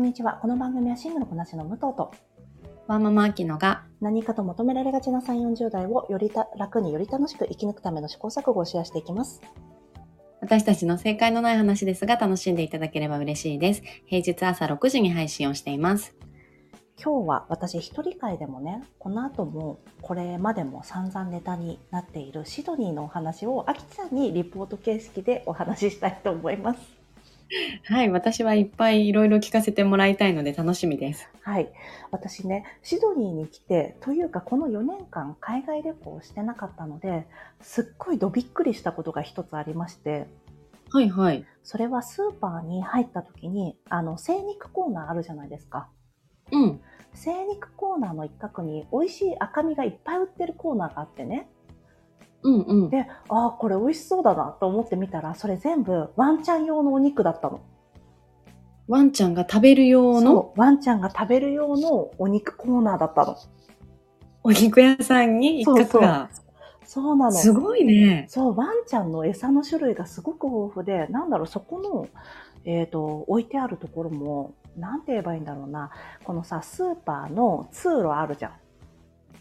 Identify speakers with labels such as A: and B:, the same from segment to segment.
A: にちは。この番組はシングルこなしの武藤と
B: ワーママアキノが
A: 何かと求められがちな3、40代をよりた楽により楽しく生き抜くための試行錯誤をシェアしていきます。
B: 私たちの正解のない話ですが楽しんでいただければ嬉しいです。平日朝6時に配信をしています。
A: 今日は私一人会でもね、この後もこれまでも散々ネタになっているシドニーのお話をアキちゃんにリポート形式でお話ししたいと思います。
B: はい、私はいっぱいいろいろ聞かせてもらいたいので楽しみです。
A: はい。私ね、シドニーに来て、というかこの4年間海外旅行をしてなかったので、すっごいどびっくりしたことが一つありまして、
B: はいはい。
A: それはスーパーに入った時に、あの、精肉コーナーあるじゃないですか。
B: うん。
A: 精肉コーナーの一角に美味しい赤身がいっぱい売ってるコーナーがあってね。
B: うんうん。
A: で、ああ、これ美味しそうだなと思ってみたら、それ全部ワンちゃん用のお肉だったの。
B: ワンちゃんが食べる用の
A: そうワンちゃんが食べる用のお肉コーナーだったの。
B: お肉屋さんに一角が。
A: そうなの。
B: すごいね。
A: そう、ワンちゃんの餌の種類がすごく豊富で、なんだろう、そこの、えっ、と、置いてあるところも、なんて言えばいいんだろうな、このさ、スーパーの通路あるじゃん。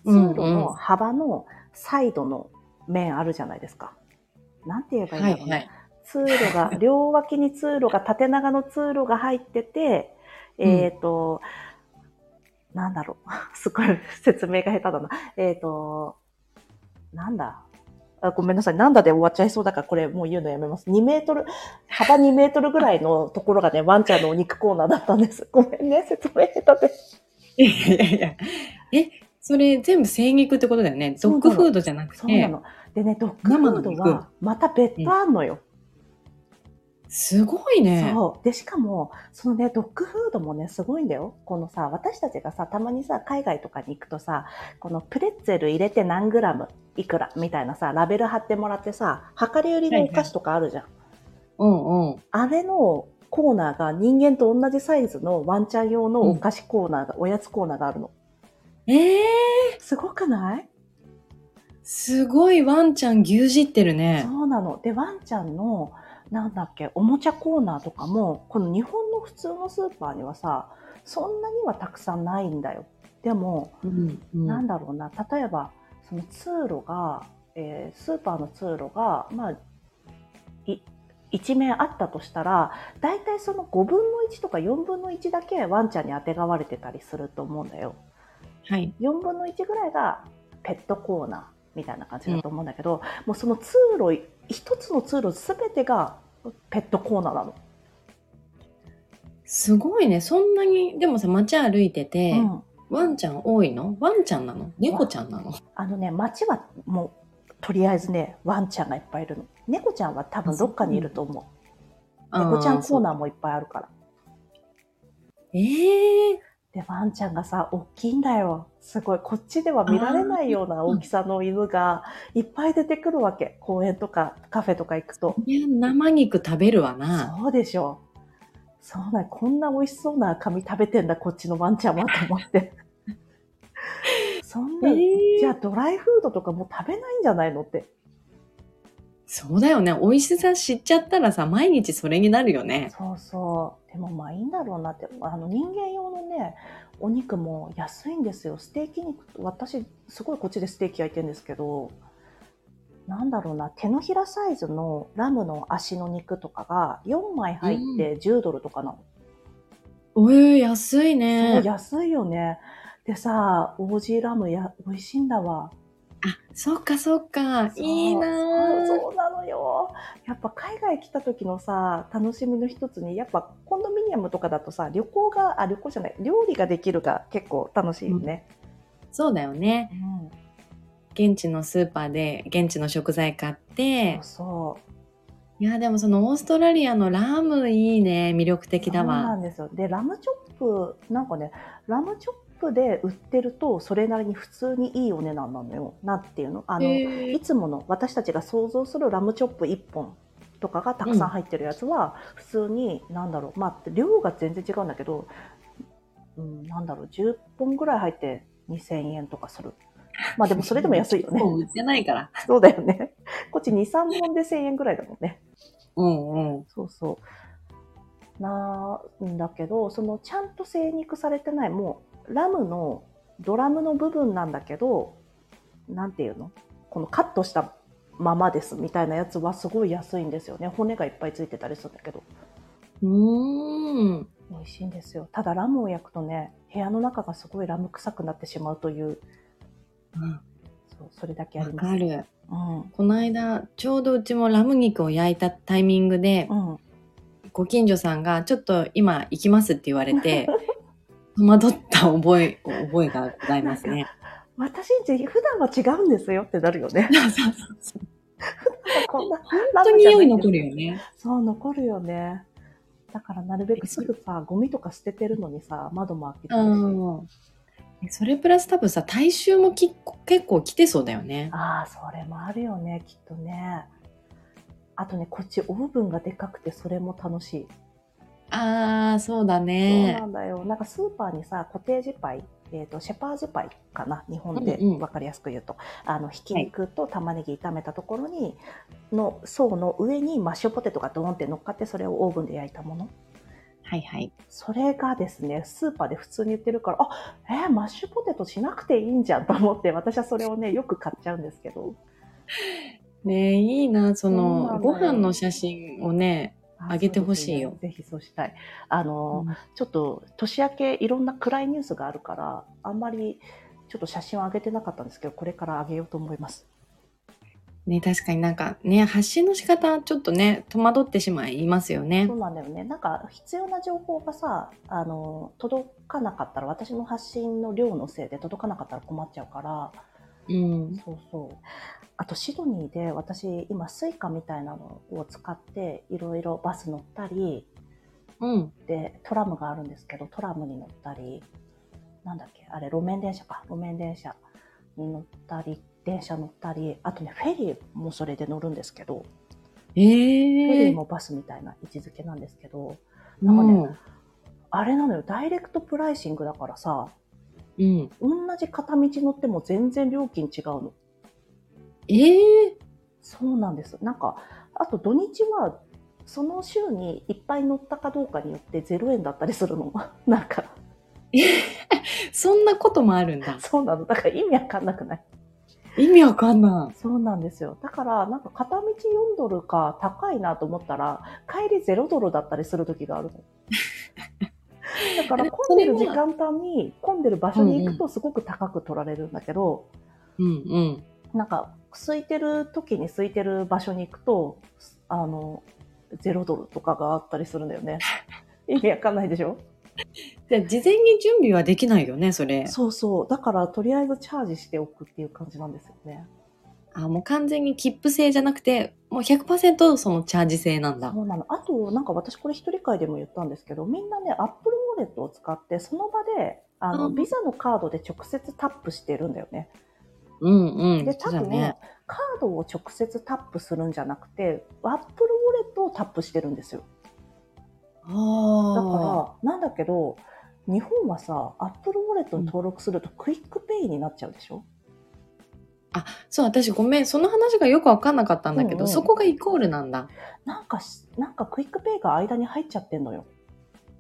B: うんう
A: 通
B: ん
A: 路の幅のサイドの面あるじゃないですか。なんて言えばいいん
B: は
A: だ
B: い
A: ろうな。
B: はい。
A: 通路 が、両脇に通路が、縦長の通路が入ってて、えっ、と、なんだろう。 すごい説明が下手だな。えっ、と、なんだあ。ごめんなさい。なんだで終わっちゃいそうだから、これもう言うのやめます。2メートル、幅2メートルぐらいのところがね、ワンちゃんのお肉コーナーだったんです。ごめんね、説明下手で。
B: いやいやいや。え、それ全部生肉ってことだよね。ドッグフードじゃなく
A: そうな
B: て。
A: の。でね、ドッグフード
B: 生の
A: は、また別途あんのよ。
B: すごいね。
A: そう。で、しかも、そのね、ドッグフードもね、すごいんだよ。このさ、私たちがさ、たまにさ、海外とかに行くとさ、このプレッツェル入れて何グラムいくらみたいなさ、ラベル貼ってもらってさ、量り売りのお菓子とかあるじゃん。
B: うんうん。
A: あれのコーナーが人間と同じサイズのワンちゃん用のお菓子コーナーが、おやつコーナーがあるの。
B: ええ
A: すごくない
B: すごいワンちゃん牛耳ってるね
A: そ。うなの。で、ワンちゃんの、なんだっけ、おもちゃコーナーとかも、この日本の普通のスーパーにはさ、そんなにはたくさんないんだよ。でも、
B: うん
A: なんだろうな、例えば、その通路が、えースーパーの通路が、まあ、い一面あったとしたら、だいたいその5分の1とか4分の1だけワンちゃんにあてがわれてたりすると思うんだよ。
B: はい。
A: 4分の1ぐらいがペットコーナーみたいな感じだと思うんだけど、もうその通路、一つの通路すべてがペットコーナーなの。
B: すごいね。そんなに、でもさ、街歩いてて、
A: うん
B: ワンちゃん多いのワンちゃんなの猫ちゃんなの
A: あのね、街はもう、とりあえずね、ワンちゃんがいっぱいいるの。猫ちゃんは多分どっかにいると思う。猫ちゃんコーナー
B: ー。
A: もいっぱいあるから。
B: ええ
A: で、ワンちゃんがさ、大きいんだよ。すごい。こっちでは見られないような大きさの犬がいっぱい出てくるわけ。公園とかカフェとか行くと。
B: いや、生肉食べるわな。
A: そうでしょう。そうだよこんな美味しそうな髪食べてんだ、こっちのワンちゃんはと思 って。そんな、
B: え
A: じゃあドライフードとかもう食べないんじゃないのって。
B: そうだよね。美味しさ知っちゃったらさ、毎日それになるよね。
A: そうそう。でもまあいいんだろうなって。あの人間用のね、お肉も安いんですよ。ステーキ肉、私、すごいこっちでステーキ焼いてるんですけど、なんだろうな、手のひらサイズのラムの足の肉とかが4枚入って10ドルとかなの。
B: おえ安い
A: そう
B: ね。
A: 安いよね。でさ、オージーラムや美味しいんだわ。
B: あ、そっかそっか。
A: そう
B: いいな
A: そう
B: ー
A: そうなのよ。やっぱ海外来た時のさ、楽しみの一つに、やっぱコンドミニアムとかだとさ、旅行が、あ、旅行じゃない、料理ができるが結構楽しいよね。
B: そうだよね。
A: うん。
B: 現地のスーパーで現地の食材買って、
A: そうそう。
B: いや、でもそのオーストラリアのラムいいね。魅力的だ
A: そうな
B: わ。
A: んですよ。で、ラムチョップ、なんかね、ラムチョップで売ってると、それなりに普通にいいお値段なのよ。なんていうのあの、
B: へー
A: いつもの私たちが想像するラムチョップ1本とかがたくさん入ってるやつは普通に、なんだろう、まあ、量が全然違うんだけど、うん、なんだろう、10本ぐらい入って2000円とかする。まあでもそれでも安いよね。
B: もう売ってない から。
A: そうだよね。こっち2、3本で1000円ぐらいだもんね。
B: うんうん。
A: そうそう。なんだけどそのちゃんと精肉されてないもうラムのドラムの部分なんだけどなんていうのこのカットしたままですみたいなやつはすごい安いんですよね骨がいっぱいついてたりするんだけど
B: うーん。
A: 美味しいんですよただラムを焼くとね部屋の中がすごいラム臭くなってしまうというそうそれだけあ
B: わ
A: ります
B: かる。
A: うん
B: この間、ちょうどうちもラム肉を焼いたタイミングで、
A: うん
B: ご近所さんが、ちょっと今行きますって言われ て、戸惑った覚え、覚えがございま すね。
A: 私んち普段は違うんですよってなるよ ね
B: そうそうそう。
A: こんな
B: 本当に匂い残るよね。
A: そう、残るよね。だからなるべくすぐさ、ゴミとか捨ててるのにさ、窓も開けてるし。
B: うん。それプラス多分さ、体臭もき結構来てそうだよね。
A: ああ、それもあるよね、きっとね。あとね、こっちオーブンがでかくて、それも楽しい。
B: ああ、そうだ
A: そう
B: ね
A: な。んだよ。なんかスーパーにさ、コテージパイ、えっ、と、シェパーズパイかな、日本で
B: うんうん
A: わかりやすく言うと。あの、ひき肉と玉ねぎ炒めたところに、の層の上にマッシュポテトがドーンって乗っかって、それをオーブンで焼いたもの。
B: はいはい。
A: それがですね、スーパーで普通に売ってるから、あ、えーマッシュポテトしなくていいんじゃんと思って、私はそれをね、よく買っちゃうんですけど。
B: ねえいいな、
A: そ
B: そ
A: うな
B: の、
A: んだ
B: ご
A: よ
B: 飯の写真をね、あげてほしいよ
A: そうですねぜひそうしたい。あの、ちょっと年明けいろんな暗いニュースがあるから、あんまりちょっと写真を上げてなかったんですけど、これから上げようと思います。
B: ね、確かになんかね、発信の仕方、ちょっとね、戸惑ってしまいますよね
A: そ。うなんだよね。なんか必要な情報がさ、あの、届かなかったら、私の発信の量のせいで届かなかったら困っちゃうから、
B: うん。
A: そうそう。あとシドニーで私今スイカみたいなのを使っていろいろバス乗ったり
B: うん。
A: でトラムがあるんですけどトラムに乗ったりなんだっけあれ路面電車か路面電車に乗ったり電車乗ったりあとねフェリーもそれで乗るんですけどフェ
B: え
A: リ
B: え
A: ー
B: ー。
A: もバスみたいな位置づけなんですけど
B: う
A: なんかね
B: ん。
A: あれなのよダイレクトプライシングだからさ
B: うん、
A: 同じ片道乗っても全然料金違うの。
B: ええ
A: そうなんです。なんか、あと土日は、その週にいっぱい乗ったかどうかによって0円だったりするの。 なんか、
B: ー。そんなこともあるんだ。
A: そうなの。だから意味わかんなくない。
B: 意味わかんな
A: そうなんですよ。だから、なんか片道4ドルか高いなと思ったら、帰り0ドルだったりする時があるの。だから混んでる時間帯に、混んでる場所に行くとすごく高く取られるんだけど、
B: い。うんうん。
A: なんか、空いてる時に空いてる場所に行くと、あの、ゼロドルとかがあったりするんだよ ね。意味わかんないでしょ
B: じゃあ事前に準備はできないよね、それ。
A: そうそう。だから、とりあえずチャージしておくっていう感じなんですよね。
B: あ、もう完全に切符制じゃなくて、もう100%そのチャージ制なんだ。
A: そうなの。あと、なんか私これ一人会でも言ったんですけど、みんなね、アップルウォレットを使って、その場で、あ
B: う
A: の、
B: ん
A: ビザのカードで直接タップしてるんだよね。
B: うんうん。
A: で、
B: そ
A: 多
B: うだ
A: 分、
B: ね。
A: カードを直接タップするんじゃなくて、アップルウォレットをタップしてるんですよ。だ
B: ああ。
A: から、なんだけど、日本はさ、アップルウォレットに登録するとクイックペイになっちゃうでしょ、
B: そう、私ごめん。その話がよくわかんなかったんだけど、
A: うんうん
B: そこがイコールなんだ。
A: なんかし、なんかクイックペイが間に入っちゃってんのよ。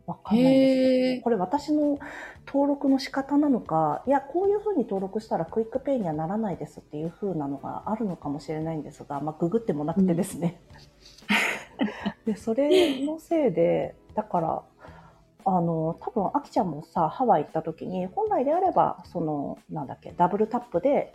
A: わかんないです
B: へ
A: け
B: え
A: ど。。これ私の登録の仕方なのか、いや、こういうふうに登録したらクイックペイにはならないですっていうふうなのがあるのかもしれないんですが、まあ、ググってもなくてですね。で、それのせいで、だから、あの多分あきちゃんもさハワイ行った時に本来であればそのなんだっけダブルタップで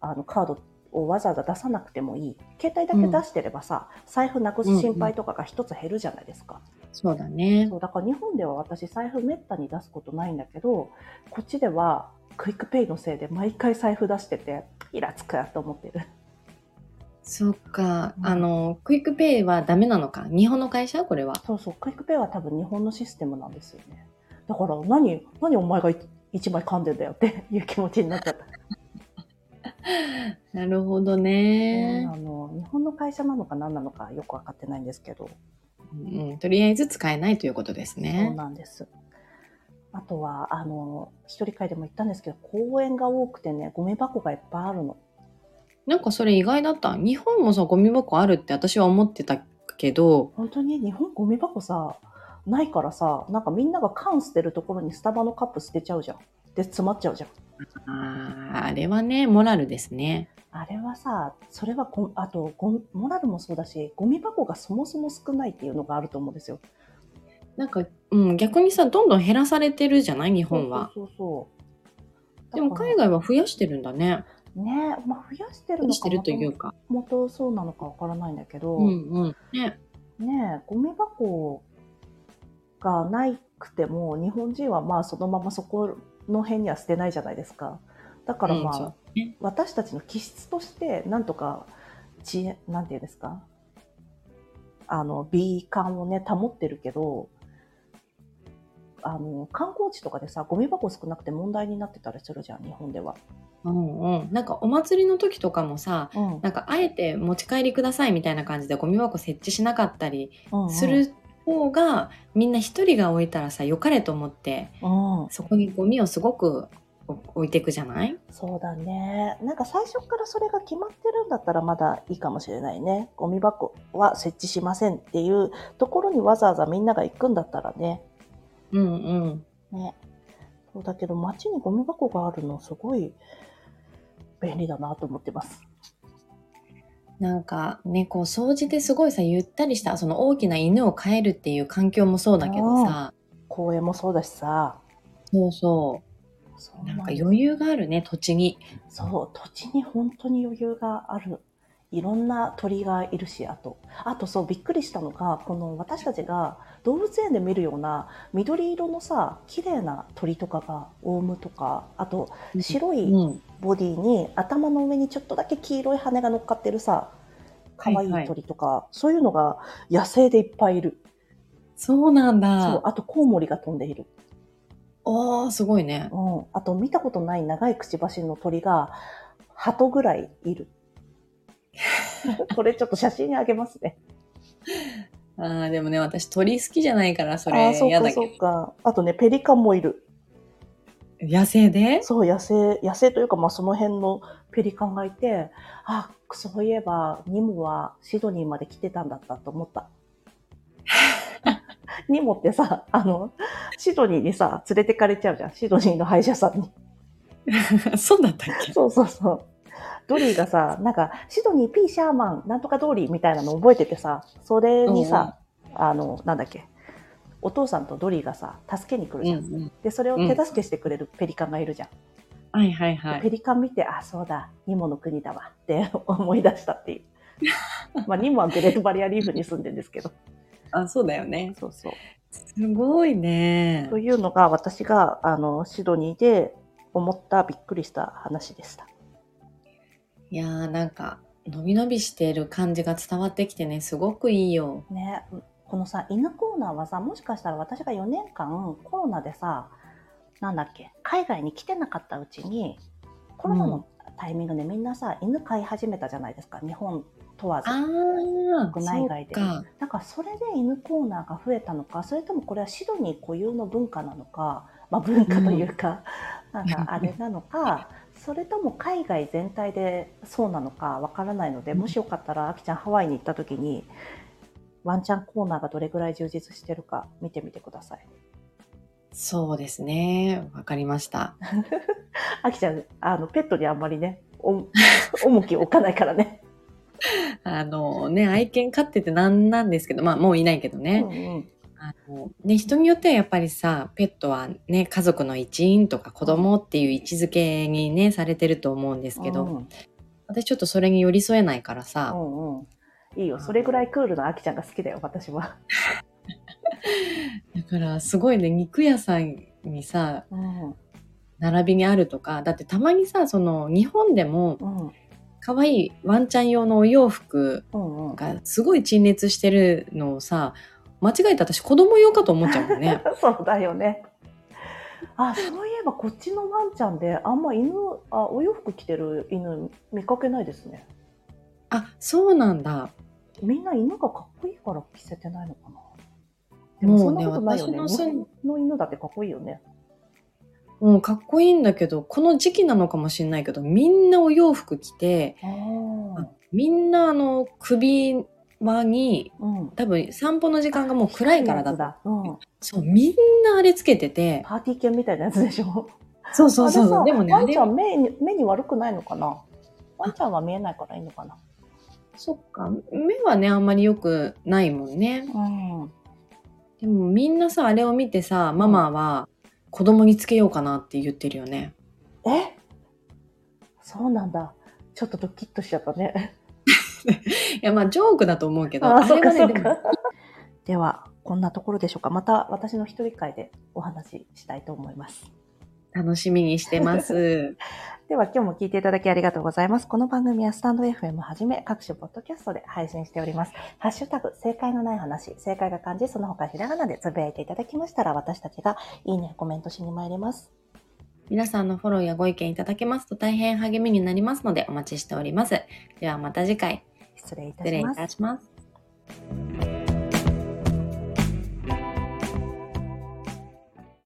A: あのカードをわざわざ出さなくてもいい携帯だけ出してればさ、財布なくす心配とかが一つ減るじゃないですか、
B: そうだね。
A: そうだから日本では私財布めったに出すことないんだけどこっちではクイックペイのせいで毎回財布出しててイラつくやと思ってる
B: そっか
A: う。ん
B: あの、クイックペイはダメなのか。日本の会社これは。
A: そうそうクイックペイは多分日本のシステムなんですよねだから何何お前が1枚噛んでんだよって いう気持ちになっちゃった
B: なるほど
A: そう
B: ね
A: な。の日本の会社なのか何なのかよく分かってないんですけど、
B: うん、とりあえず使えないということです
A: そう
B: ね。
A: なんですあとはあの一人会でも言ったんですけど公園が多くてねゴミ箱がいっぱいあるの
B: なんかそれ意外だった。日本もさ、ゴミ箱あるって私は思ってたけど、
A: 本当に日本ゴミ箱さないからさ、なんかみんなが缶捨てるところにスタバのカップ捨てちゃうじゃん。で、詰まっちゃうじゃん。
B: あーあれはね、モラルですね。
A: あれはさ、それはこん、あとゴン、モラルもそうだし、ゴミ箱がそもそも少ないっていうのがあると思うんですよ。
B: なんか、うん、逆にさ、どんどん減らされてるじゃない日本は。
A: そうそうそう。
B: でも海
A: だか
B: 外は増やしてるんだね。
A: らね、まあ、増やしてる
B: 増
A: の
B: や
A: か
B: してるというか。
A: もともとそうなのかわからないんだけど、
B: うんうん。ね。
A: ねえゴミ箱がないくても日本人はまあそのままそこの辺には捨てないじゃないですかだからまあ、
B: うんそうね
A: 私たちの気質としてなんとか知恵なんていうんですかあの美観をね保ってるけどあの観光地とかでさゴミ箱少なくて問題になってたりするじゃん日本では。
B: うんうん。なんかお祭りの時とかもさ、
A: うん
B: なんかあえて持ち帰りくださいみたいな感じでゴミ箱設置しなかったり
A: うんうん
B: する方が、みんな一人が置いたらさ、良かれと思って、
A: うん、
B: そこにゴミをすごく置いていくじゃない
A: そうだね。なんか最初からそれが決まってるんだったらまだいいかもしれないね。ゴミ箱は設置しませんっていうところにわざわざみんなが行くんだったらね。
B: うんうん。
A: ね。そうだけど街にゴミ箱があるのすごい便利だなと思ってます。
B: なんかね、こう掃除ですごいさ、ゆったりした、その大きな犬を飼えるっていう環境もそうだけどさ、
A: 公園もそうだしさ。
B: そうそ。
A: そうう
B: なんか
A: です
B: 余裕があるね、土地に。
A: そう、土地に本当に余裕がある。いろんな鳥がいるし、あと、あとそう、びっくりしたのが、この私たちが動物園で見るような緑色のさ、綺麗な鳥とかが、オウムとか、あと白
B: う
A: い
B: ん。
A: ボディに頭の上にちょっとだけ黄色い羽が乗っかってるさ、可愛
B: はいはい
A: い鳥とか、そういうのが野生でいっぱいいる。
B: そうなん
A: そう
B: だ、。
A: あとコウモリが飛んでいる。
B: おー、すごいね。
A: うん。あと見たことない長いくちばしの鳥が、鳩ぐらい いる。これちょっと写真にあげますね。
B: あーでもね、私鳥好きじゃないから、そ
A: ああ
B: れ
A: ー、そう
B: 嫌
A: か
B: だけ
A: そ
B: ど。
A: うか。あとね、ペリカンもいる。
B: 野生で
A: そう、野生、野生というか、まあその辺のペリカンがいて、あ、そういえば、ニモはシドニーまで来てたんだったと思った。 ニモってさ、あの、シドニーにさ、連れてかれちゃうじゃん。シドニーの歯医者さんに。
B: そうだったっけ
A: そうそうそう。ドリーがさ、なんか、シドニー P シャーマン、なんとかドリーみたいなの覚えててさ、それにさ、あの、なんだっけ、お父さんとドリーがさ、助けに来る
B: うん
A: じゃん。
B: うん。
A: で、それを手助けしてくれるペリカンがいるじゃん。
B: はいはいはい。
A: ペリカン見て、あ、そうだ、ニモの国だわって 思い出したっていう。まあ、ニモはグレートバリアリーフに住んでるんですけど。
B: あ、そうだよね。
A: そうそう。
B: すごいね
A: と。いうのが、私が、あの、シドニーで思ったびっくりした話でした。
B: いやーなんかのびのびしてる感じが伝わってきてねすごくいいよ。
A: ね、このさ犬コーナーはさもしかしたら私が4年間コロナでさなんだっけ海外に来てなかったうちにコロナのタイミングでみんなさ、犬飼い始めたじゃないですか日本問わず。
B: ああ
A: 国内外で
B: か
A: なんかそれで犬コーナーが増えたのかそれともこれはシドニー固有の文化なのか、まあ、文化というか、なんかあれなのかそれとも海外全体でそうなのかわからないのでもしよかったらあきちゃんハワイに行った時にワンちゃんコーナーがどれぐらい充実してるか見てみてください。
B: そうですねわかりました。
A: あきちゃんあのペットにあんまりねお 重きを置かないからね。
B: あのね愛犬飼っててなんなんですけどまあもういないけどね,、
A: うん
B: あのね人によってはやっぱりさペットはね家族の一員とか子供っていう位置づけにねされてると思うんですけど、
A: うん
B: 私ちょっとそれに寄り添えないから
A: う
B: さ、
A: んうんいいよそれぐらいクールなあきちゃんが好きだよ私は。
B: だからすごいね肉屋さんにさ
A: うん
B: 並びにあるとかだってたまにさその日本でも
A: うん
B: 可愛いワンちゃん用のお洋服
A: うんうん
B: がすごい陳列してるのをさ間違えて私子供用かと思っちゃうもんね
A: そうだよね。あ、そういえばこっちのワンちゃんであんま犬、あ、お洋服着てる犬見かけないですね。
B: あそうなんだ
A: みんな犬がかっこいいから着せてないのかな。でも
B: も
A: そ
B: うん
A: な
B: ね
A: ことないよ
B: 私
A: ね。
B: の
A: 日
B: 住ん
A: 本の犬だってかっこいいよね。
B: うん、かっこいいんだけどこの時期なのかもしれないけどみんなお洋服着て
A: あー
B: みんなあの首場に、
A: うん。
B: 多分散歩の時間がもう暗いからだと。
A: だ。うん。
B: そう、みんなあれつけてて。
A: パーティー犬みたいなやつでしょ
B: そうそうそう
A: あれ
B: そ
A: さ
B: う。でもね、
A: ワ
B: あ
A: ン
B: れ
A: ちゃん目に目に悪くないのかなワンちゃんは見えないからいいのかな
B: そっか。目はね、あんまり良くないもんね。
A: うん。
B: でもみんなさ、あれを見てさ、ママは子供につけようかなって言ってるよね。
A: えそうなんだ。ちょっとドキッとしちゃったね。
B: いや、まあジョークだと思うけど、
A: あ
B: あ
A: あ、そっ
B: れ
A: か
B: は
A: そ
B: ね、
A: っ
B: でも
A: か。では、こんなところでしょうか。また私の一人会でお話ししたいと思います。
B: 楽しみにしてます。
A: では、今日も聞いていただきありがとうございます。この番組はスタンド FM はじめ各種ポッドキャストで配信しております。ハッシュタグ、正解のない話、正解が漢字、その他ひらがなでつぶやいていただきましたら、私たちがいいね、コメントしに参ります。
B: 皆さんのフォローやご意見いただけますと大変励みになりますのでお待ちしております。ではまた次回、
A: 失礼いた
B: 失礼
A: し
B: い
A: ます
B: た。します。